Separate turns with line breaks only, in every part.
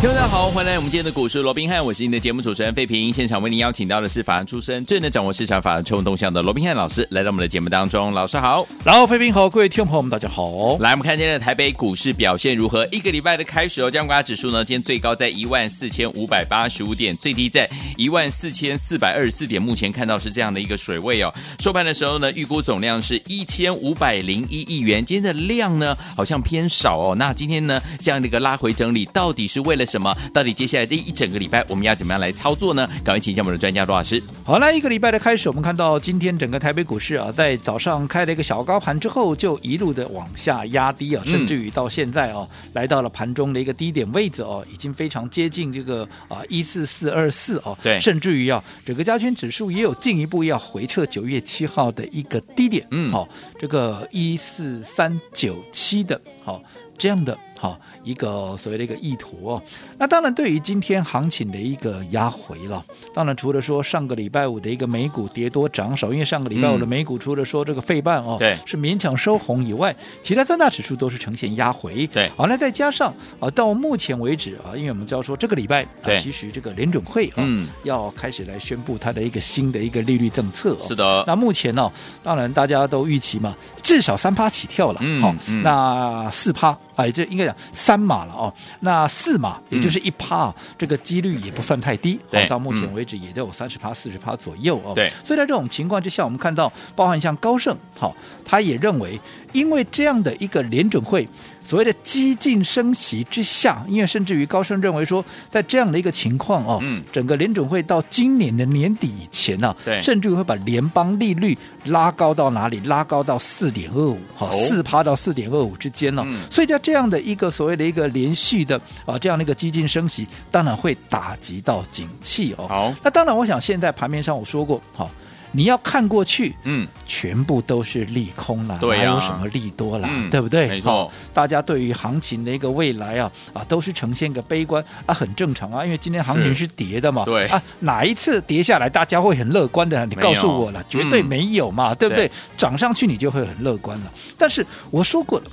听众大家好，欢迎来我们今天的股市罗宾汉，我是您的节目主持人费平。现场为您邀请到的是法案出身、最能掌握市场法案冲动向的罗宾汉老师，来到我们的节目当中。老师好，
然后，飞兵好，各位听众朋友们，大家好。
来我们看今天的台北股市表现如何？一个礼拜的开始哦，加权指数呢，今天最高在一万四千五百八十五点，最低在一万四千四百二十四点，目前看到是这样的一个水位哦。收盘的时候呢，预估总量是一千五百零一亿元，今天的量呢好像偏少哦。那今天呢这样的一个拉回整理，到底是为了什么？到底接下来这一整个礼拜我们要怎么样来操作呢？赶快请教我们的专家罗老师。
好，那一个礼拜的开始，我们看到今天整个台北股市啊，在早上开了一个小高盘之后，就一路的往下压低啊，
嗯
甚至于到现在哦、来到了盘中的一个低点位置哦、已经非常接近这个啊一四四二四哦，
对
甚至于啊，整个加权指数也有进一步要回撤九月七号的一个低点，
嗯
好、这个一四三九七的，好、这样的。好一个所谓的一个意图哦，那当然对于今天行情的一个压回了，当然除了说上个礼拜五的一个美股跌多涨少，因为上个礼拜五的
嗯
美股除了说这个费半哦，
对
是勉强收红以外，其他三大指数都是呈现压回。
对
好，那再加上啊，到目前为止啊，因为我们知道说这个礼拜啊
对，
其实这个联准会啊、
嗯
要开始来宣布它的一个新的一个利率政策、哦。
是的
那目前呢、当然大家都预期嘛，至少三趴起跳了。好、
嗯嗯
那四趴，哎，这应该讲三码了哦。那四码也就是一趴、啊这个几率也不算太低。
对
好到目前
嗯
为止也都有三十趴、四十趴左右哦。
对
所以在这种情况之下，我们看到，包含像高盛，好、他也认为，因为这样的一个联准会所谓的激进升息之下，因为甚至于高盛认为说，在这样的一个情况哦，
嗯
整个联准会到今年的年底以前呢、啊，
对
甚至于会把联邦利率拉高到哪里？拉高到四点二五，好，
哦
四趴到四点二五之间呢、哦。
嗯
所以在这样的一个所谓的一个连续的啊这样的一个激进升息，当然会打击到景气哦。
好，
那当然，我想现在盘面上我说过，好、你要看过去，
嗯，
全部都是利空啦，
对
哪
呀
有什么利多啦，
嗯
对不对？
没错
好大家对于行情的一个未来啊啊，都是呈现一个悲观啊，很正常啊，因为今天行情
是
是跌的嘛，
对
啊，哪一次跌下来大家会很乐观的？你
没
告诉
有
我了，绝对
嗯
没有嘛，对不对
对？
涨上去你就会很乐观了。但是我说过了，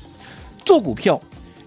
做股票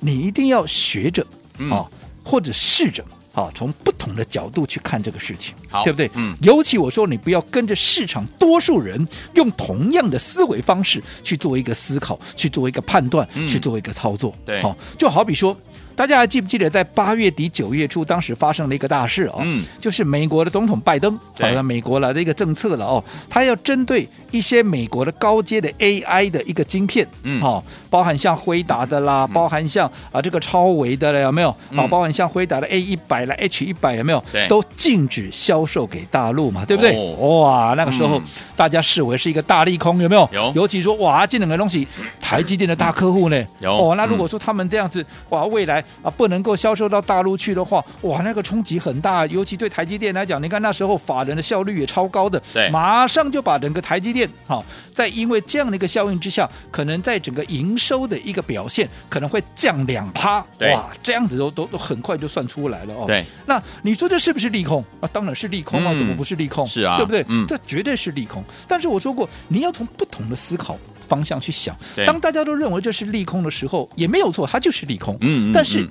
你一定要学着
嗯
啊，或者试着啊，从不同的角度去看这个事情
好，
对不对？
嗯
尤其我说你不要跟着市场多数人用同样的思维方式去做一个思考，去做一个判断，
嗯
去做一个操作。
对
好、就好比说。大家还记不记得，在八月底九月初，当时发生了一个大事哦，
嗯
就是美国的总统拜登，
对
好像美国了这个政策了哦，他要针对一些美国的高阶的 AI 的一个晶片，
嗯
哦，包含像辉达的啦，包含像啊这个超维的了，有没有？啊，
嗯
包含像辉达的 A 一百啦、H 一百有没有？
对
都禁止销售给大陆嘛，对不对？
哦
哇，那个时候
嗯
大家视为是一个大利空，有没有？
有
尤其说哇，这两个东西，台积电的大客户呢？
有嗯
哦，那如果说他们这样子，哇，未来啊不能够销售到大陆去的话，哇，那个冲击很大，尤其对台积电来讲，你看那时候法人的效率也超高的，
对
马上就把整个台积电，好、在因为这样的一个效应之下，可能在整个营收的一个表现可能会降两趴，
对
哇，这样子都都都很快就算出来了哦。
对，
那你说这是不是利空啊？当然是利空啊，
嗯
怎么不是利空？
是啊
对不对？
嗯
这绝对是利空。但是我说过，你要从不同的思考方向去想
对。
当大家都认为这是利空的时候，也没有错，它就是利空。
嗯嗯
但是
嗯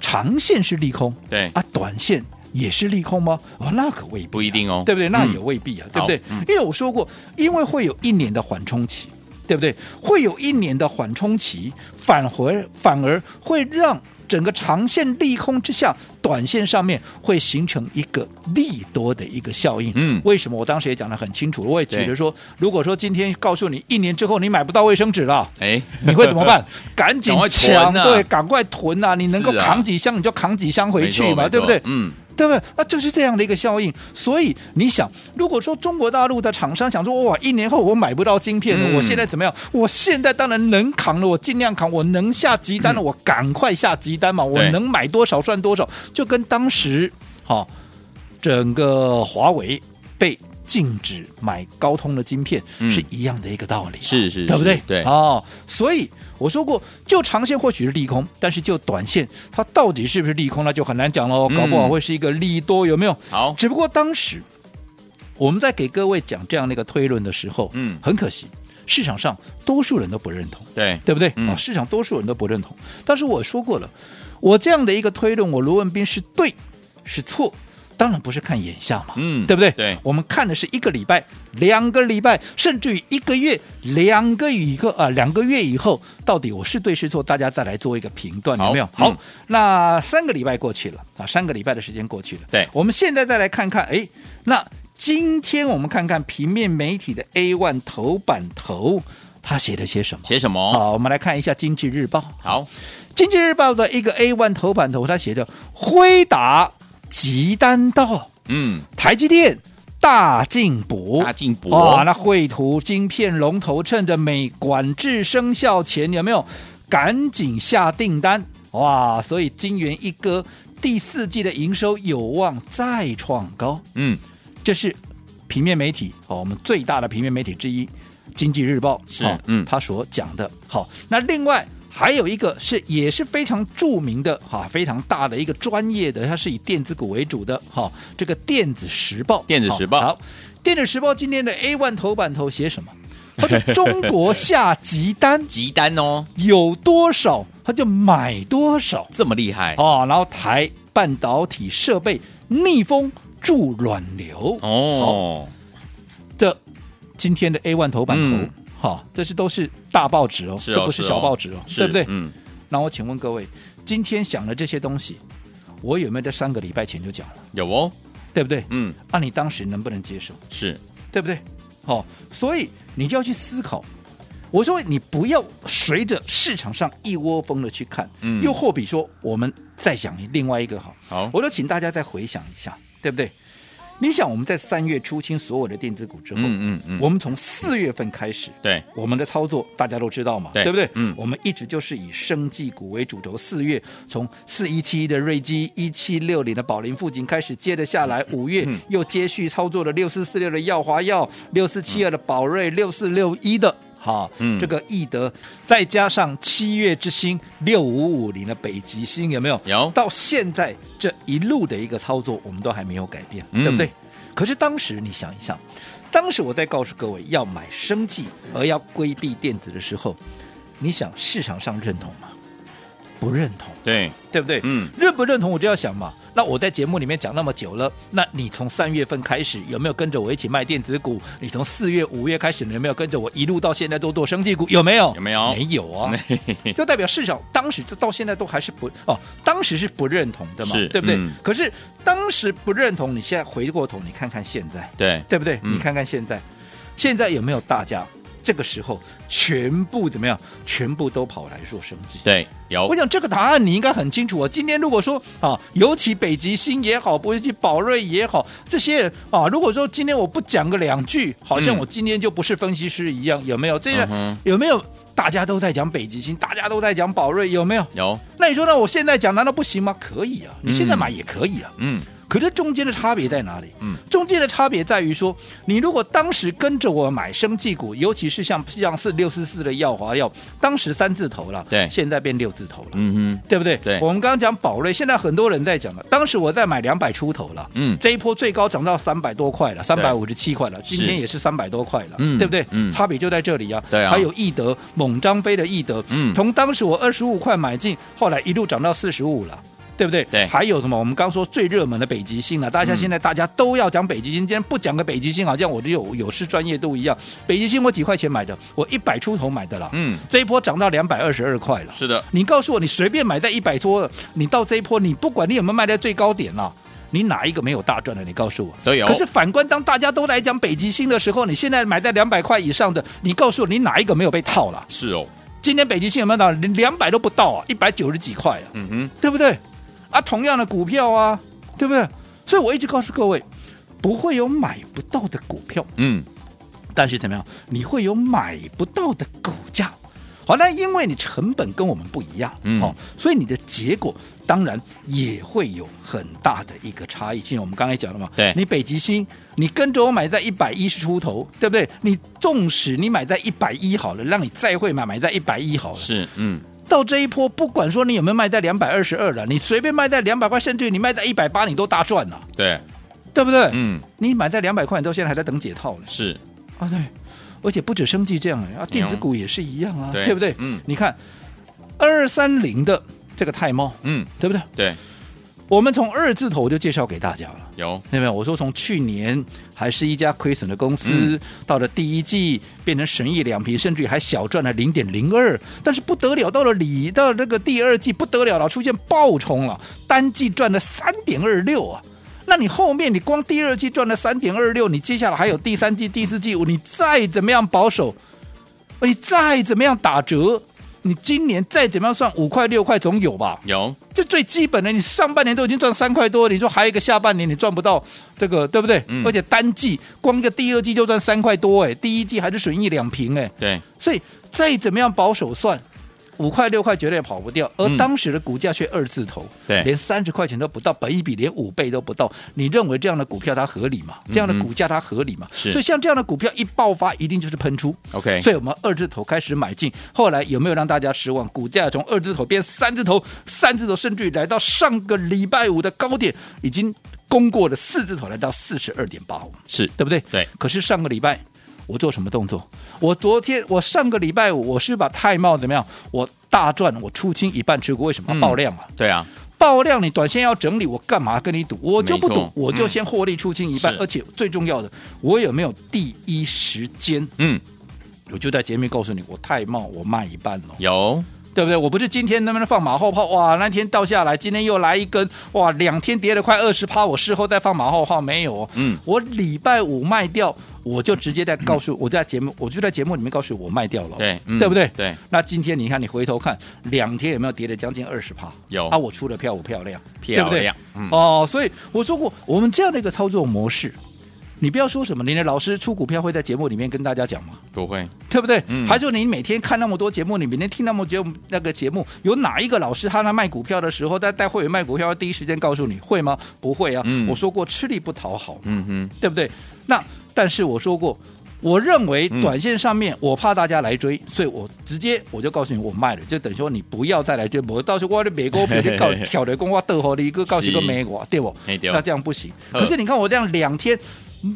长线是利空，
对，
啊，短线也是利空吗？哦，那可未必啊、
不一定哦
对不对？那也
嗯
未必啊，对不对
好？嗯
因为我说过，因为会有一年的缓冲期，对不对？会有一年的缓冲期，返回反而会让。整个长线利空之下，短线上面会形成一个利多的一个效应。
嗯
为什么？我当时也讲得很清楚，我也举
对
着说，如果说今天告诉你一年之后你买不到卫生纸 了，
哎，
你会怎么办？赶紧
赶快囤
抢，
啊
对，赶快囤啊！你能够
是啊
扛几箱你就扛几箱回
没错
去嘛，
没
对不
错
对？
嗯，
对不对？那就是这样的一个效应。所以你想，如果说中国大陆的厂商想说，哇，一年后我买不到晶片了，
嗯
我现在怎么样？我现在当然能扛了，我尽量扛，我能下急单了，我赶快下急单嘛，我
对
能买多少算多少，就跟当时好、整个华为被禁止买高通的晶片、
嗯
是一样的一个道理啊、
是是
对不对
是？对
哦，所以我说过，就长线或许是利空，但是就短线它到底是不是利空，那就很难讲喽，
嗯
搞不好会是一个利多，有没有？
好，
只不过当时我们在给各位讲这样的一个推论的时候，
嗯
很可惜，市场上多数人都不认同，
对，
对不对？啊、
嗯
市场多数人都不认同。但是我说过了，我这样的一个推论，我罗文斌是对是错，当然不是看眼下嘛，
嗯
对不对？
对
我们看的是一个礼拜、两个礼拜，甚至于一个月、两个一个啊、两个月以后，到底我是对是错，大家再来做一个评断，
好
有没有？
嗯
好，那三个礼拜过去了啊，三个礼拜的时间过去了，
对
我们现在再来看看，哎，那。今天我们看看平面媒体的 A one 头版头，他写了些什么？
写什么？
好，我们来看一下《经济日报》。
好，
《经济日报》的一个 A one 头版头，它写的“辉达急单到
嗯，
台积电”。大进补，
大进补
哦！那绘图晶片龙头趁着美管制生效前，有没有赶紧下订单？哇！所以金元一哥第四季的营收有望再创高。
嗯，
这是平面媒体哦，我们最大的平面媒体之一《经济日报》
是
哦
嗯
他所讲的。好，那另外。还有一个是也是非常著名的哈、非常大的一个专业的，它是以电子股为主的哈、这个电子时报。
电子时报
好，好电子时报今天的 A one 头版头写什么？它说中国下急单
集单哦，
有多少，它就买多少。
这么厉害
哦，然后台半导体设备逆风助暖流
哦，
这今天的 A one 头版头
嗯，
好、这是都是大报纸哦，
是哦
这不是小报纸哦，对不对？
嗯，
那我请问各位，今天想的这些东西，我有没有在三个礼拜前就讲了，
有哦，
对不对？
嗯，
啊，你当时能不能接受，
是
对不对？好、所以你就要去思考。我说你不要随着市场上一窝蜂的去看，
嗯
又或比说我们再想另外一个好，
好
我都请大家再回想一下，对不对？你想我们在三月出清所有的电子股之后，
嗯嗯嗯
我们从四月份开始，
对，
我们的操作大家都知道嘛，
对
不对？
嗯
我们一直就是以生技股为主轴，四月从四一七的瑞基、一七六零的宝林附近开始接了下来，五
嗯
月又接续操作了六四四六的耀华药、六四七二的宝瑞、六四六一的。好，
嗯
这个易德，再加上七月之星六五五零的北极星，有没有？
有
到现在这一路的一个操作，我们都还没有改变，
嗯
对不对？可是当时你想一想，当时我在告诉各位要买生计而要规避电子的时候，你想市场上认同吗？不认同，
对，
对不对？
嗯，
认不认同我就要想嘛。那我在节目里面讲那么久了，那你从三月份开始有没有跟着我一起卖电子股？你从四月、五月开始有没有跟着我一路到现在都做生技股？有没有？
有没有
没有啊，就代表市场当时就到现在都还是不哦，当时是不认同的嘛
是，
对不对？
嗯
可是当时不认同，你现在回过头，你看看现在，
对，
对不对？
嗯
你看看现在，现在有没有大家这个时候全部怎么样？全部都跑来做生计？
对，有
我，想这个答案你应该很清楚啊。今天如果说啊，尤其北极星也好，尤其宝瑞也好，这些人啊，如果说今天我不讲个两句，好像
嗯
我今天就不是分析师一样，有没有？这些、
嗯哼
有没有？大家都在讲北极星，大家都在讲宝瑞，有没有？
有，
那你说那我现在讲难道不行吗？可以啊，你现在
嗯
买也可以啊。
嗯，
可这中间的差别在哪里？
嗯，
中间的差别在于说，你如果当时跟着我买生技股，尤其是像像是六四四的耀华药，当时三字头了，
对
现在变六字头了，
嗯哼，
对不对？
对
我们刚刚讲宝瑞，现在很多人在讲了，当时我在买两百出头了，
嗯
这一波最高涨到三百多块了，三百五十七块了，
是
今天也是三百多块了，
嗯
对不对？
嗯
差别就在这里啊。
对啊
还有易德，猛张飞的易德，
嗯
从当时我二十五块买进，后来一路涨到四十五了。对不对？
对嗯
还有什么？我们刚说最热门的北极星了，大家现在大家都要讲北极星，今天不讲个北极星，好像我就有有失专业度一样。北极星我几块钱买的？我一百出头买的了，
嗯，
这一波涨到两百二十二块了。
是的，
你告诉我，你随便买在一百多，你到这一波，你不管你有没有卖在最高点了、你哪一个没有大赚的？你告诉我。
都有
可是反观，当大家都来讲北极星的时候，你现在买在两百块以上的，你告诉我，你哪一个没有被套了？
是哦，
今天北极星有没有到？连两百都不到啊，一百九十几块啊，
嗯哼，
对不对？啊，同样的股票啊，对不对？所以我一直告诉各位，不会有买不到的股票。
嗯，
但是怎么样？你会有买不到的股价。好，那因为你成本跟我们不一样，
嗯
好、所以你的结果当然也会有很大的一个差异性。我们刚才讲了嘛，
对
你北极星，你跟着我买在一百一十出头，对不对？你纵使你买在一百一好了，让你再会买买在一百一好了，
是，嗯，
到这一波，不管说你有没有卖在两百二十二了，你随便卖在两百块，甚至于你卖在一百八，你都大赚了、
对，
对不对？
嗯，
你买在两百块，你到现在还在等解套呢。
是，
啊，对，而且不止生计这样哎，啊，电子股也是一样啊，
嗯对
不对？
嗯
你看二三零的这个泰茂，
嗯，
对不对？
对，
我们从二字头就介绍给大家了。
有，
对不对？我说从去年还是一家亏损的公司，
嗯
到了第一季变成神意两平，甚至于还小赚了零点零二，但是不得了，到了里到了这个第二季不得了了，出现爆冲了，单季赚了三点二六啊！那你后面你光第二季赚了三点二六，你接下来还有第三季、第四季，你再怎么样保守，你再怎么样打折，你今年再怎么样算五块六块总有吧？
有，
这最基本的，你上半年都已经赚三块多，你说还有一个下半年你赚不到这个，对不对？
嗯
而且单季光一个第二季就赚三块多，哎，第一季还是损益两平，哎，
对，
所以再怎么样保守算，五块六块绝对跑不掉。而
嗯
当时的股价却二字头，
对
连三十块钱都不到，本一比连五倍都不到。你认为这样的股票它合理吗？这样的股价它合理吗？
嗯是
所以像这样的股票一爆发，一定就是喷出。
OK
所以我们二字头开始买进，后来有没有让大家失望？股价从二字头变三字头，三字头甚至于来到上个礼拜五的高点，已经攻过了四字头，来到四十二点八五。
是，
对不对？
对
可是上个礼拜我做什么动作？我昨天我上个礼拜五我是把泰茂怎么样？我大赚，我出清一半持股，为什么
嗯
爆量啊？
对啊，
爆量你短线要整理，我干嘛跟你赌？我就不
没
赌
错，嗯
我就先获利出清一半，
是
而且最重要的，我有没有第一时间？
嗯，
我就在前面告诉你，我泰茂我卖一半了。
有，
对不对？我不是今天那边放马后炮，哇，那天倒下来，今天又来一根，哇，两天跌了快二十趴，我事后再放马后炮没有哦？
嗯
我礼拜五卖掉，我就直接在告诉，我在节目，我就在节目里面告诉我卖掉了哦，
对嗯
对不对？
对。
那今天你看，你回头看，两天有没有跌了将近二十趴？
有
啊，我出的票不漂亮？
漂
对
亮
不对
嗯
哦，所以我说过，我们这样的一个操作模式。你不要说什么，你的老师出股票会在节目里面跟大家讲吗？
不会，
对不对？
嗯
还有你每天看那么多节目，你每天听那么节目那个节目，有哪一个老师他在卖股票的时候，在带会员卖股票，第一时间告诉你会吗？不会啊！
嗯
我说过吃力不讨好，
嗯哼，
对不对？那但是我说过。我认为
嗯
短线上面，我怕大家来追，所以我直接我就告诉你，我卖了，就等于说你不要再来追。我到时候我的美国票就告挑的公话逗好的一个告诉一个
是
美国，对不？
嘿对哦
那这样不行。
呵
可是你看我这样两天，嗯，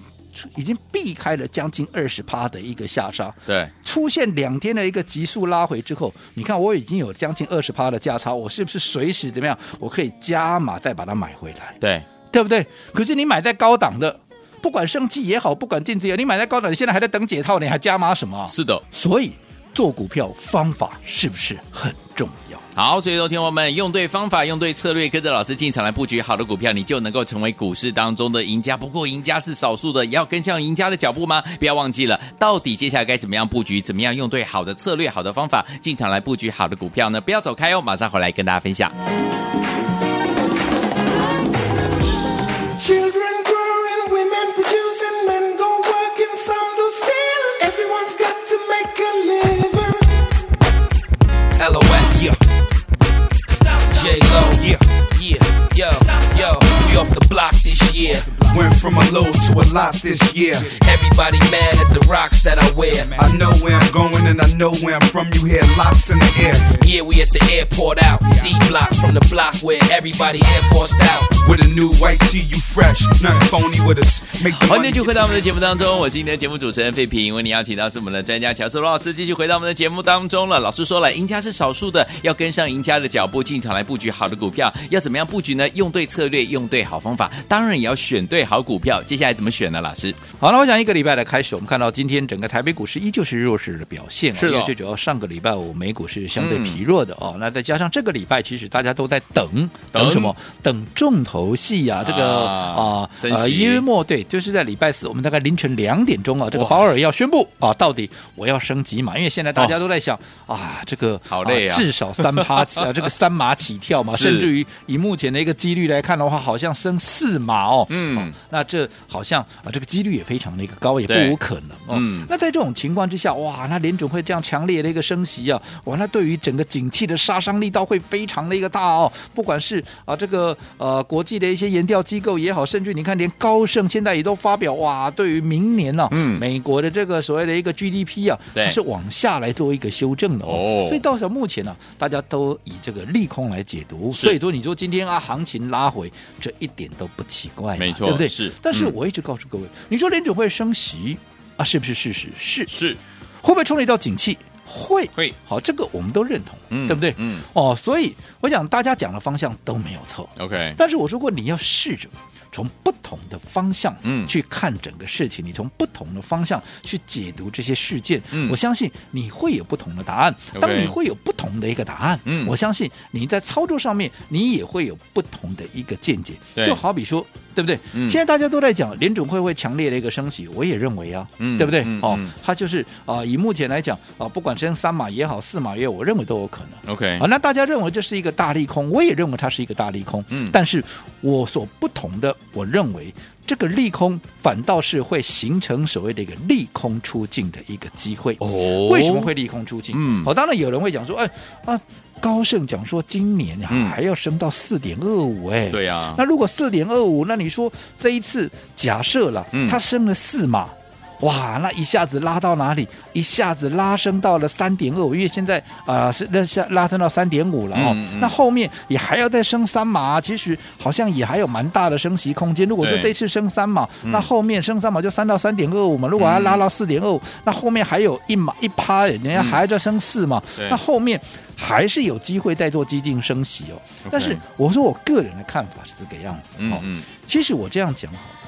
已经避开了将近二十趴的一个下杀，
对，
出现两天的一个急速拉回之后，你看我已经有将近二十趴的价差，我是不是随时怎么样，我可以加码再把它买回来，
对，
对不对？可是你买在高档的，不管生计也好，不管净值也好，你买在高档，你现在还在等解套，你还加码什么啊？
是的。
所以做股票方法是不是很重要？
好，所以说，听我们用对方法，用对策略，跟着老师进场来布局好的股票，你就能够成为股市当中的赢家。不过，赢家是少数的，也要跟上赢家的脚步吗？不要忘记了，到底接下来该怎么样布局，怎么样用对好的策略、好的方法进场来布局好的股票呢？不要走开哦，马上回来跟大家分享。
Children growing, women producing, men go working, some do stealing. Everyone's got to make a living.
LOX, yeah. J Lo, yeah, yeah, yo, yo. We off the block this year.
Went from a low to a lot this year.
Everybody mad at the rocks that I wear.
I know where I'm going and I know where I'm from. You hear locks in the air
Yeah, we at the airport out. D block from the block where everybody air forced out.
with a new white tee. You fresh, nothing phony with us. Make the
欢迎继
money.
续回到我们的节目当中，我是你的节目主持人费平，为你邀请到是我们的专家乔苏罗老师，继续回到我们的节目当中了。老师说了，赢家是少数的，要跟上赢家的脚步，进场来布局好的股票。要怎么样布局呢？用对策略，用对好方法，当然也要选对好股票。接下来怎么选呢？老师，
好了，我想一个礼拜的开始，我们看到今天整个台北股市依旧是弱势的表现、哦，
是的嗯
因为最主要上个礼拜五美股是相对疲弱的哦。那再加上这个礼拜，其实大家都在等
等
什么？等重头头戏啊，这个
啊
啊
升
呃
息
约莫对，就是在礼拜四我们大概凌晨两点钟啊，这个
哇
鲍尔要宣布啊，到底我要升级嘛？因为现在大家都在想、啊，这个
哦好累啊
至少三趴起啊，这个三码起跳嘛，
是
甚至于以目前的一个几率来看的话，好像升四码哦，
嗯
哦那这好像啊这个几率也非常的一个高，也不
对
无可能哦。
嗯
那在这种情况之下，哇，那联准会这样强烈的一个升息啊，哇，那对于整个景气的杀伤力道会非常的一个大哦。不管是啊这个呃国际的一些研调机构也好，甚至你看连高盛现在也都发表哇，对于明年呢、
嗯
美国的这个所谓的一个 GDP 啊，
对
它是往下来做一个修正的哦。
哦
所以到小目前呢、大家都以这个利空来解读，
是
所以说你说今天啊行情拉回，这一点都不奇怪嘛，
没错
对不对？
是
但是
嗯
我一直告诉各位，你说联准会升息。啊，是不是事实？是
是
会不会冲击到景气？会
会
好，这个我们都认同，
嗯
对不对？
嗯，
哦，所以我想大家讲的方向都没有错，
OK，
但是我如果你要试着从不同的方向，
嗯
去看整个事情，你从不同的方向去解读这些事件，
嗯
我相信你会有不同的答案。
OK
当你会有不同的一个答案，
嗯
我相信你在操作上面你也会有不同的一个见解。
对
就好比说，对不对？
嗯
现在大家都在讲联准会会强烈的一个升息，我也认为啊，
嗯
对不对？
嗯
哦
嗯，
它就是啊、以目前来讲啊、不管升三码也好，四码也好，我认为都有可能。
OK，
啊，那大家认为这是一个大利空，我也认为它是一个大利空。
嗯
但是我所不同的，我认为这个利空反倒是会形成所谓的一个利空出尽的一个机会。
哦
为什么会利空出尽？哦
嗯
好、当然有人会讲说，哎啊，高盛讲说今年啊、
嗯
还要升到四点二五，哎，
对啊
那如果四点二五，那你说这一次假设了，
嗯
它升了四码。哇，那一下子拉到哪里？一下子拉升到了三点二，因为现在啊、呃是那下拉升到三点五了哦。
嗯嗯
那后面也还要再升三码，其实好像也还有蛮大的升息空间。如果说
对嗯
这次升三码，那后面升三码就三到三点二五嘛。如果要拉到四点二五，那后面还有一码一趴，人家还要再升四嘛。
嗯对
那后面还是有机会再做激进升息哦。
OK
但是我说我个人的看法是这个样子
嗯
哦。
嗯
其实我这样讲好了，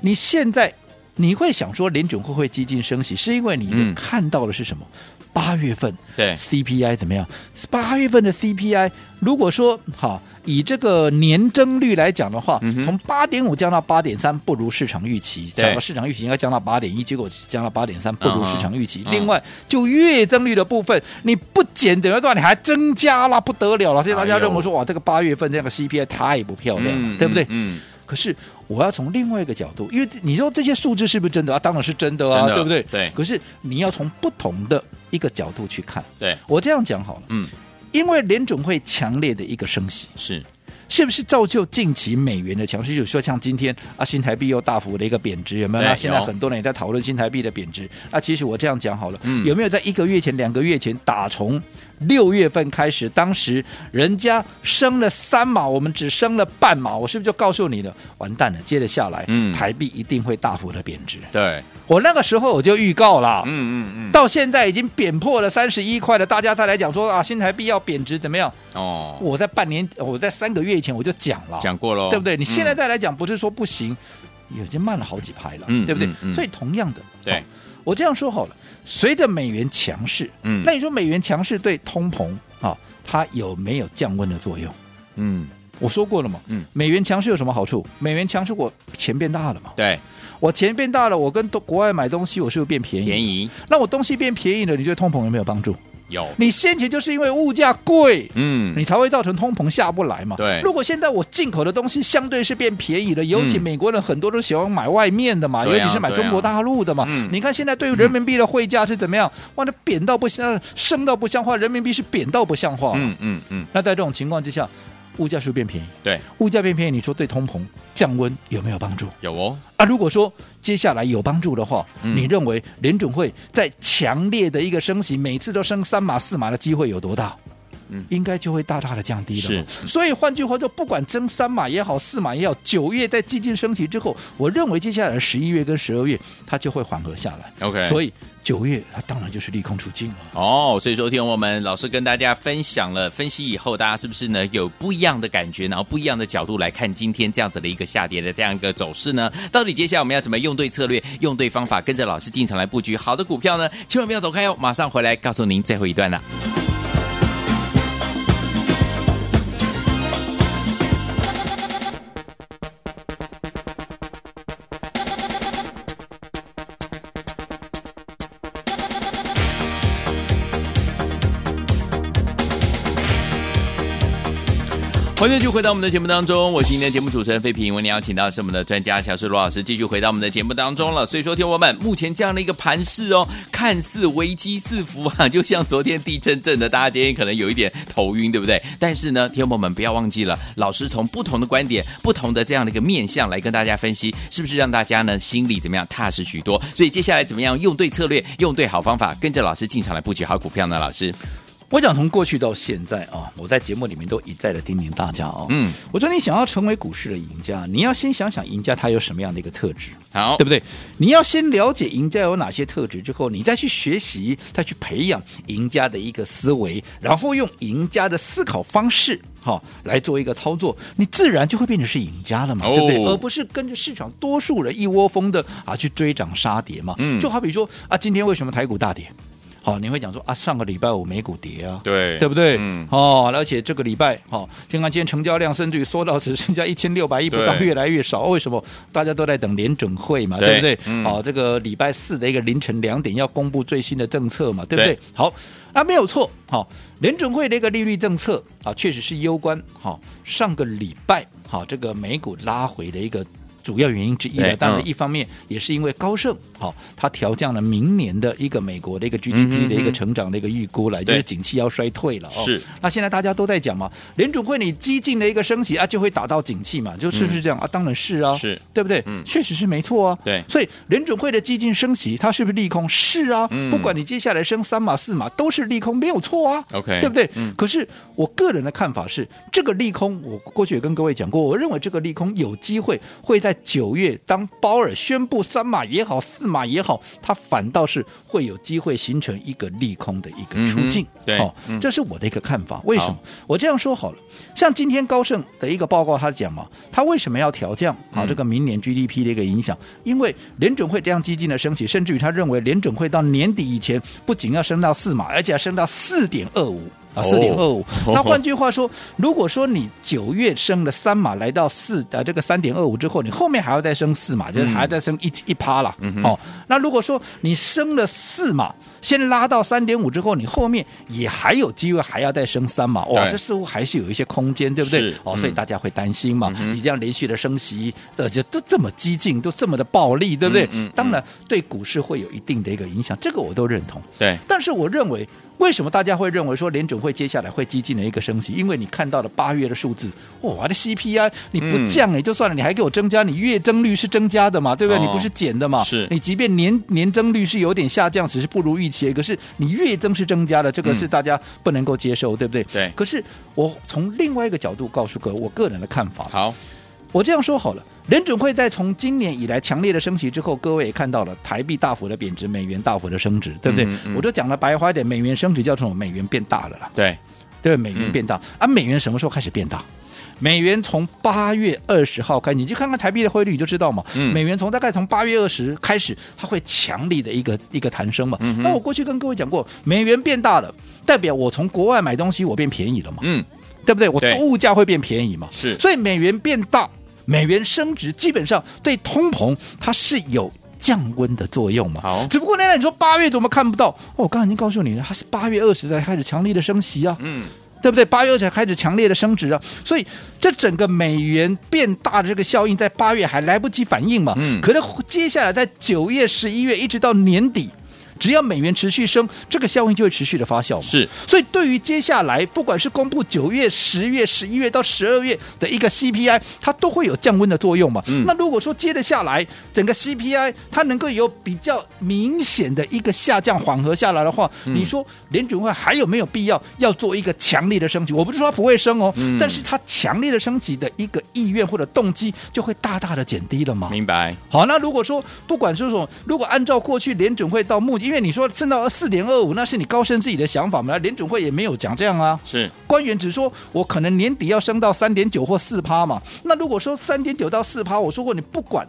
你现在你会想说联准会会激进升息，是因为你
嗯
看到的是什么？八月份
对
CPI 怎么样？八月份的 CPI 如果说好。以这个年增率来讲的话，从八点五降到八点三，不如市场预期。
嗯对
讲到市场预期应该降到八点一，结果降到八点三，不如市场预期。
嗯哼
另外，就月增率的部分，你不减等于说你还增加了，不得了了。所以大
哎
家
呦
认为说，哇，这个八月份这个 CPI 太不漂亮了，
嗯
对不对？
嗯嗯
可是我要从另外一个角度，因为你说这些数字是不是真的啊？当然是真的啊，
真的
对不对？
对
可是你要从不同的一个角度去看。
对，
我这样讲好了，
嗯，
因为联准会强烈的一个升息，
是
是不是造就近期美元的强势？就是说，像今天啊，新台币又大幅的一个贬值，有没有？
对
那现在
哎有
很多人也在讨论新台币的贬值。那其实我这样讲好了，
嗯
有没有在一个月前、两个月前打从六月份开始，当时人家升了三毛，我们只升了半毛，我是不是就告诉你了？完蛋了，接着下来，
嗯
台币一定会大幅的贬值。
对，
我那个时候我就预告了，
嗯嗯嗯，
到现在已经贬破了三十一块了，大家再来讲说啊，新台币要贬值怎么样？
哦，
我在半年，我在三个月以前我就讲了，
讲过喽，
对不对？你现在
嗯
再来讲，不是说不行，已经慢了好几拍了，
嗯
对不对
嗯？嗯
所以同样的，
对
好我这样说好了，随着美元强势，
嗯
那你说美元强势对通膨啊、它有没有降温的作用？
嗯，
我说过了嘛，
嗯
美元强势有什么好处？美元强势，我钱变大了嘛，
对，
我钱变大了，我跟都国外买东西，我是不是变便宜？
便。宜
那我东西变便宜了，你对通膨有没有帮助？
有，
你先前就是因为物价贵，
嗯，
你才会造成通膨下不来嘛。
对
如果现在我进口的东西相对是变便宜了，尤其
嗯
美国人很多都喜欢买外面的嘛，
对
尤
啊
其是买中国大陆的嘛。
对啊嗯
你看现在对人民币的汇价是怎么样？哇，那贬到不像，升到不像话，人民币是贬到不像话。
嗯嗯嗯，
那在这种情况之下，物价是不是变便宜？
对，
物价变便宜，你说对通膨降温有没有帮助？
有哦，
啊，如果说接下来有帮助的话，
嗯
你认为联准会在强烈的一个升息，每次都升三码四码的机会有多大？
嗯
应该就会大大的降低了嘛。
是
所以换句话说，不管升三码也好，四码也好，九月在激进升息之后，我认为接下来十一月跟十二月它就会缓和下来。
啊 OK
所以九月它当然就是利空出尽了。
哦，所以说，听我们老师跟大家分享了分析以后，大家是不是呢有不一样的感觉，然后不一样的角度来看今天这样子的一个下跌的这样一个走势呢？到底接下来我们要怎么用对策略、用对方法，跟着老师进场来布局好的股票呢？千万不要走开哦，马上回来告诉您最后一段了。
Thank
欢迎继续回到我们的节目当中，我是今天的节目主持人费平。为您邀请到是我们的专家乔世罗老师，继续回到我们的节目当中了。所以说，听众朋友们，目前这样的一个盘势哦，看似危机四伏啊，就像昨天地震震的，大家今天可能有一点头晕，对不对？但是呢，听众朋友们不要忘记了，老师从不同的观点、不同的这样的一个面向来跟大家分析，是不是让大家呢心里怎么样踏实许多？所以接下来怎么样用对策略、用对好方法，跟着老师进场来布局好股票呢？老师，
我讲从过去到现在啊，我在节目里面都一再的叮咛大家哦，
嗯，
我说你想要成为股市的赢家，你要先想想赢家他有什么样的一个特质，
好
对不对？你要先了解赢家有哪些特质之后，你再去学习，再去培养赢家的一个思维，然后用赢家的思考方式。好，来做一个操作，你自然就会变成是赢家了嘛，
哦
对不对？而不是跟着市场多数人一窝蜂的啊去追涨杀跌嘛。
嗯
就好比说啊，今天为什么台股大跌？好，你会讲说啊，上个礼拜五美股跌啊，
对
对不对？
嗯
哦，而且这个礼拜，哦，听看今天成交量甚至于缩到只 剩下一千六百亿不到，
对
越来越少。为什么？大家都在等联准会嘛，
对
对不对？
嗯
哦，这个礼拜四的一个凌晨两点要公布最新的政策嘛，对不对？
对
好啊，没有错。好、联准会的一个利率政策啊，确实是攸关好、上个礼拜好、这个美股拉回的一个。主要原因之一
对
了，当
嗯
然一方面也是因为高盛，好、它调降了明年的一个美国的一个
嗯哼
GDP 的一个
哼
成长的一个预估了，也就
对
是景气要衰退了哦。
是，
那现在大家都在讲嘛，联准会你激进的一个升息啊，就会打到景气嘛，就是不是这样、啊？当然是啊，
嗯是
对不对？
嗯
确实是没错啊。
对
所以联准会的激进升息，它是不是利空？是啊，
嗯
不管你接下来升三码四码，都是利空，没有错啊。
OK
对不对？
嗯
可是我个人的看法是，这个利空，我过去也跟各位讲过，我认为这个利空有机会会在九月，当鲍尔宣布三码也好，四码也好，它反倒是会有机会形成一个利空的一个出境
嗯。哼对
哦
嗯
这是我的一个看法。为什么
好？
我这样说好了，像今天高盛的一个报告，他讲嘛，他为什么要调降
嗯
啊这个明年 GDP 的一个影响？因为联准会这样激进的升息，甚至于他认为联准会到年底以前不仅要升到四码，而且要升到四点二五。啊，四点二五
哦。
那换句话说，如果说你九月升了三码，来到四啊这个三点二五之后，你后面还要再升四码，就是还要再升一一趴啦。
嗯
哦，那如果说你升了四码，先拉到三点五之后，你后面也还有机会还要再升三码，哇，
对
这似乎还是有一些空间，对不
是
对？哦，
嗯
所以大家会担心嘛，你这样连续的升息，呃，就都这么激进，都这么的暴力，对不对？
嗯嗯嗯
当然对股市会有一定的一个影响，这个我都认同。
对，
但是我认为，为什么大家会认为说联准会接下来会激进的一个升息？因为你看到了八月的数字，哇，的 CPI 你不降也就算了，你还给我增加，你月增率是增加的嘛，对不对？
哦
你不是减的嘛？
是
你即便年年增率是有点下降，只是不如预期，可是你月增是增加的，这个是大家不能够接受，对不对？
嗯对
可是我从另外一个角度告诉各位，我个人的看法，
好，
我这样说好了，联准会在从今年以来强烈的升息之后，各位也看到了台币大幅的贬值，美元大幅的升值，对不对？
嗯嗯
我就讲了白话一点，美元升值叫什么？美元变大了啦，
对，
对，美元变大、啊，美元什么时候开始变大？美元从八月二十号开始，你去看看台币的汇率，你就知道嘛。
嗯
美元从大概从八月二十开始，它会强力的一个一个弹升嘛。那我过去跟各位讲过，美元变大了，代表我从国外买东西我变便宜了嘛。
嗯，
对不对？我
对
物价会变便宜嘛，
是
所以美元变大，美元升值，基本上对通膨它是有。降温的作用嘛，
好
只不过那你说八月怎么看不到？哦，我刚才已经告诉你了，它是八月二十才开始强力的升息啊，
嗯，
对不对？八月二十才开始强烈的升值啊，所以这整个美元变大的这个效应，在八月还来不及反应嘛，
嗯
可是接下来在九月、十一月一直到年底，只要美元持续升，这个效应就会持续的发酵嘛，
是
所以对于接下来，不管是公布九月、十月、十一月到十二月的一个 CPI，它都会有降温的作用嘛。
嗯
那如果说接着下来，整个 CPI 它能够有比较明显的一个下降缓和下来的话，
嗯
你说联准会还有没有必要要做一个强力的升级？我不是说它不会升哦，
嗯
但是它强力的升级的一个意愿或者动机就会大大的减低了嘛。
明白，
好，那如果说不管说什么，如果按照过去联准会到目，因为你说升到四点二五，那是你高盛自己的想法嘛，联准会也没有讲这样啊。
是
官员只说我可能年底要升到三点九或四趴嘛。那如果说三点九到四趴，我说过你不管。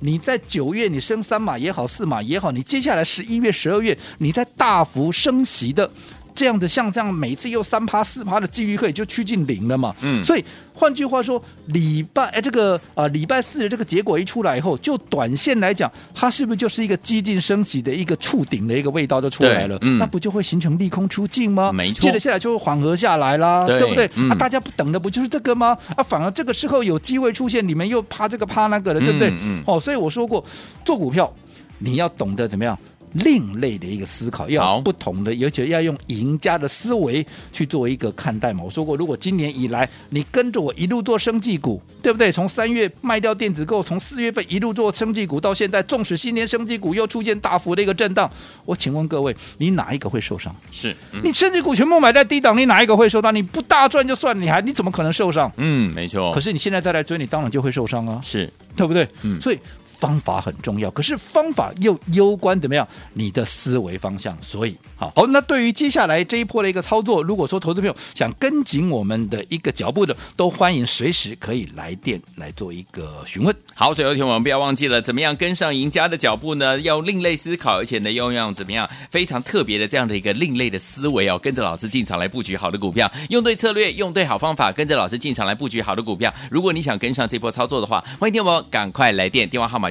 你在九月你升三码也好，四码也好，你接下来十一月、十二月，你在大幅升息的这样的像这样每次又三趴四趴的几率课也就趋近零了嘛。
嗯
所以换句话说，礼拜哎这个啊、礼拜四的这个结果一出来以后，就短线来讲，它是不是就是一个激进升息的一个触顶的一个味道就出来
对？
了
嗯
那不就会形成利空出尽吗？
没错
接着下来就会缓和下来啦，
对
不对？
嗯
啊，大家不等的不就是这个吗？啊，反而这个时候有机会出现，你们又趴这个趴那个了，对不对？
嗯嗯
哦，所以我说过，做股票你要懂得怎么样。另类的一个思考，要
好
有不同的，而且要用赢家的思维去做一个看待嘛。我说过，如果今年以来你跟着我一路做生技股，对不对？从三月卖掉电子购，从四月份一路做生技股到现在，纵使今年生技股又出现大幅的一个震荡，我请问各位，你哪一个会受伤？
是，嗯
你甚至股全部买在低档，你哪一个会受伤？你不大赚就算，你还你怎么可能受伤？
嗯，没错，
可是你现在再来追，你当然就会受伤啊，
是
对不对？
嗯
所以方法很重要，可是方法又攸关怎么样你的思维方向。所以，好，好，那对于接下来这一波的一个操作，如果说投资朋友想跟紧我们的一个脚步的，都欢迎随时可以来电来做一个询问。
好，所以有天我们不要忘记了，怎么样跟上赢家的脚步呢？要另类思考，而且呢，要用怎么样非常特别的这样的一个另类的思维哦，跟着老师进场来布局好的股票，用对策略，用对好方法，跟着老师进场来布局好的股票。如果你想跟上这波操作的话，欢迎听我们赶快来电，电话号码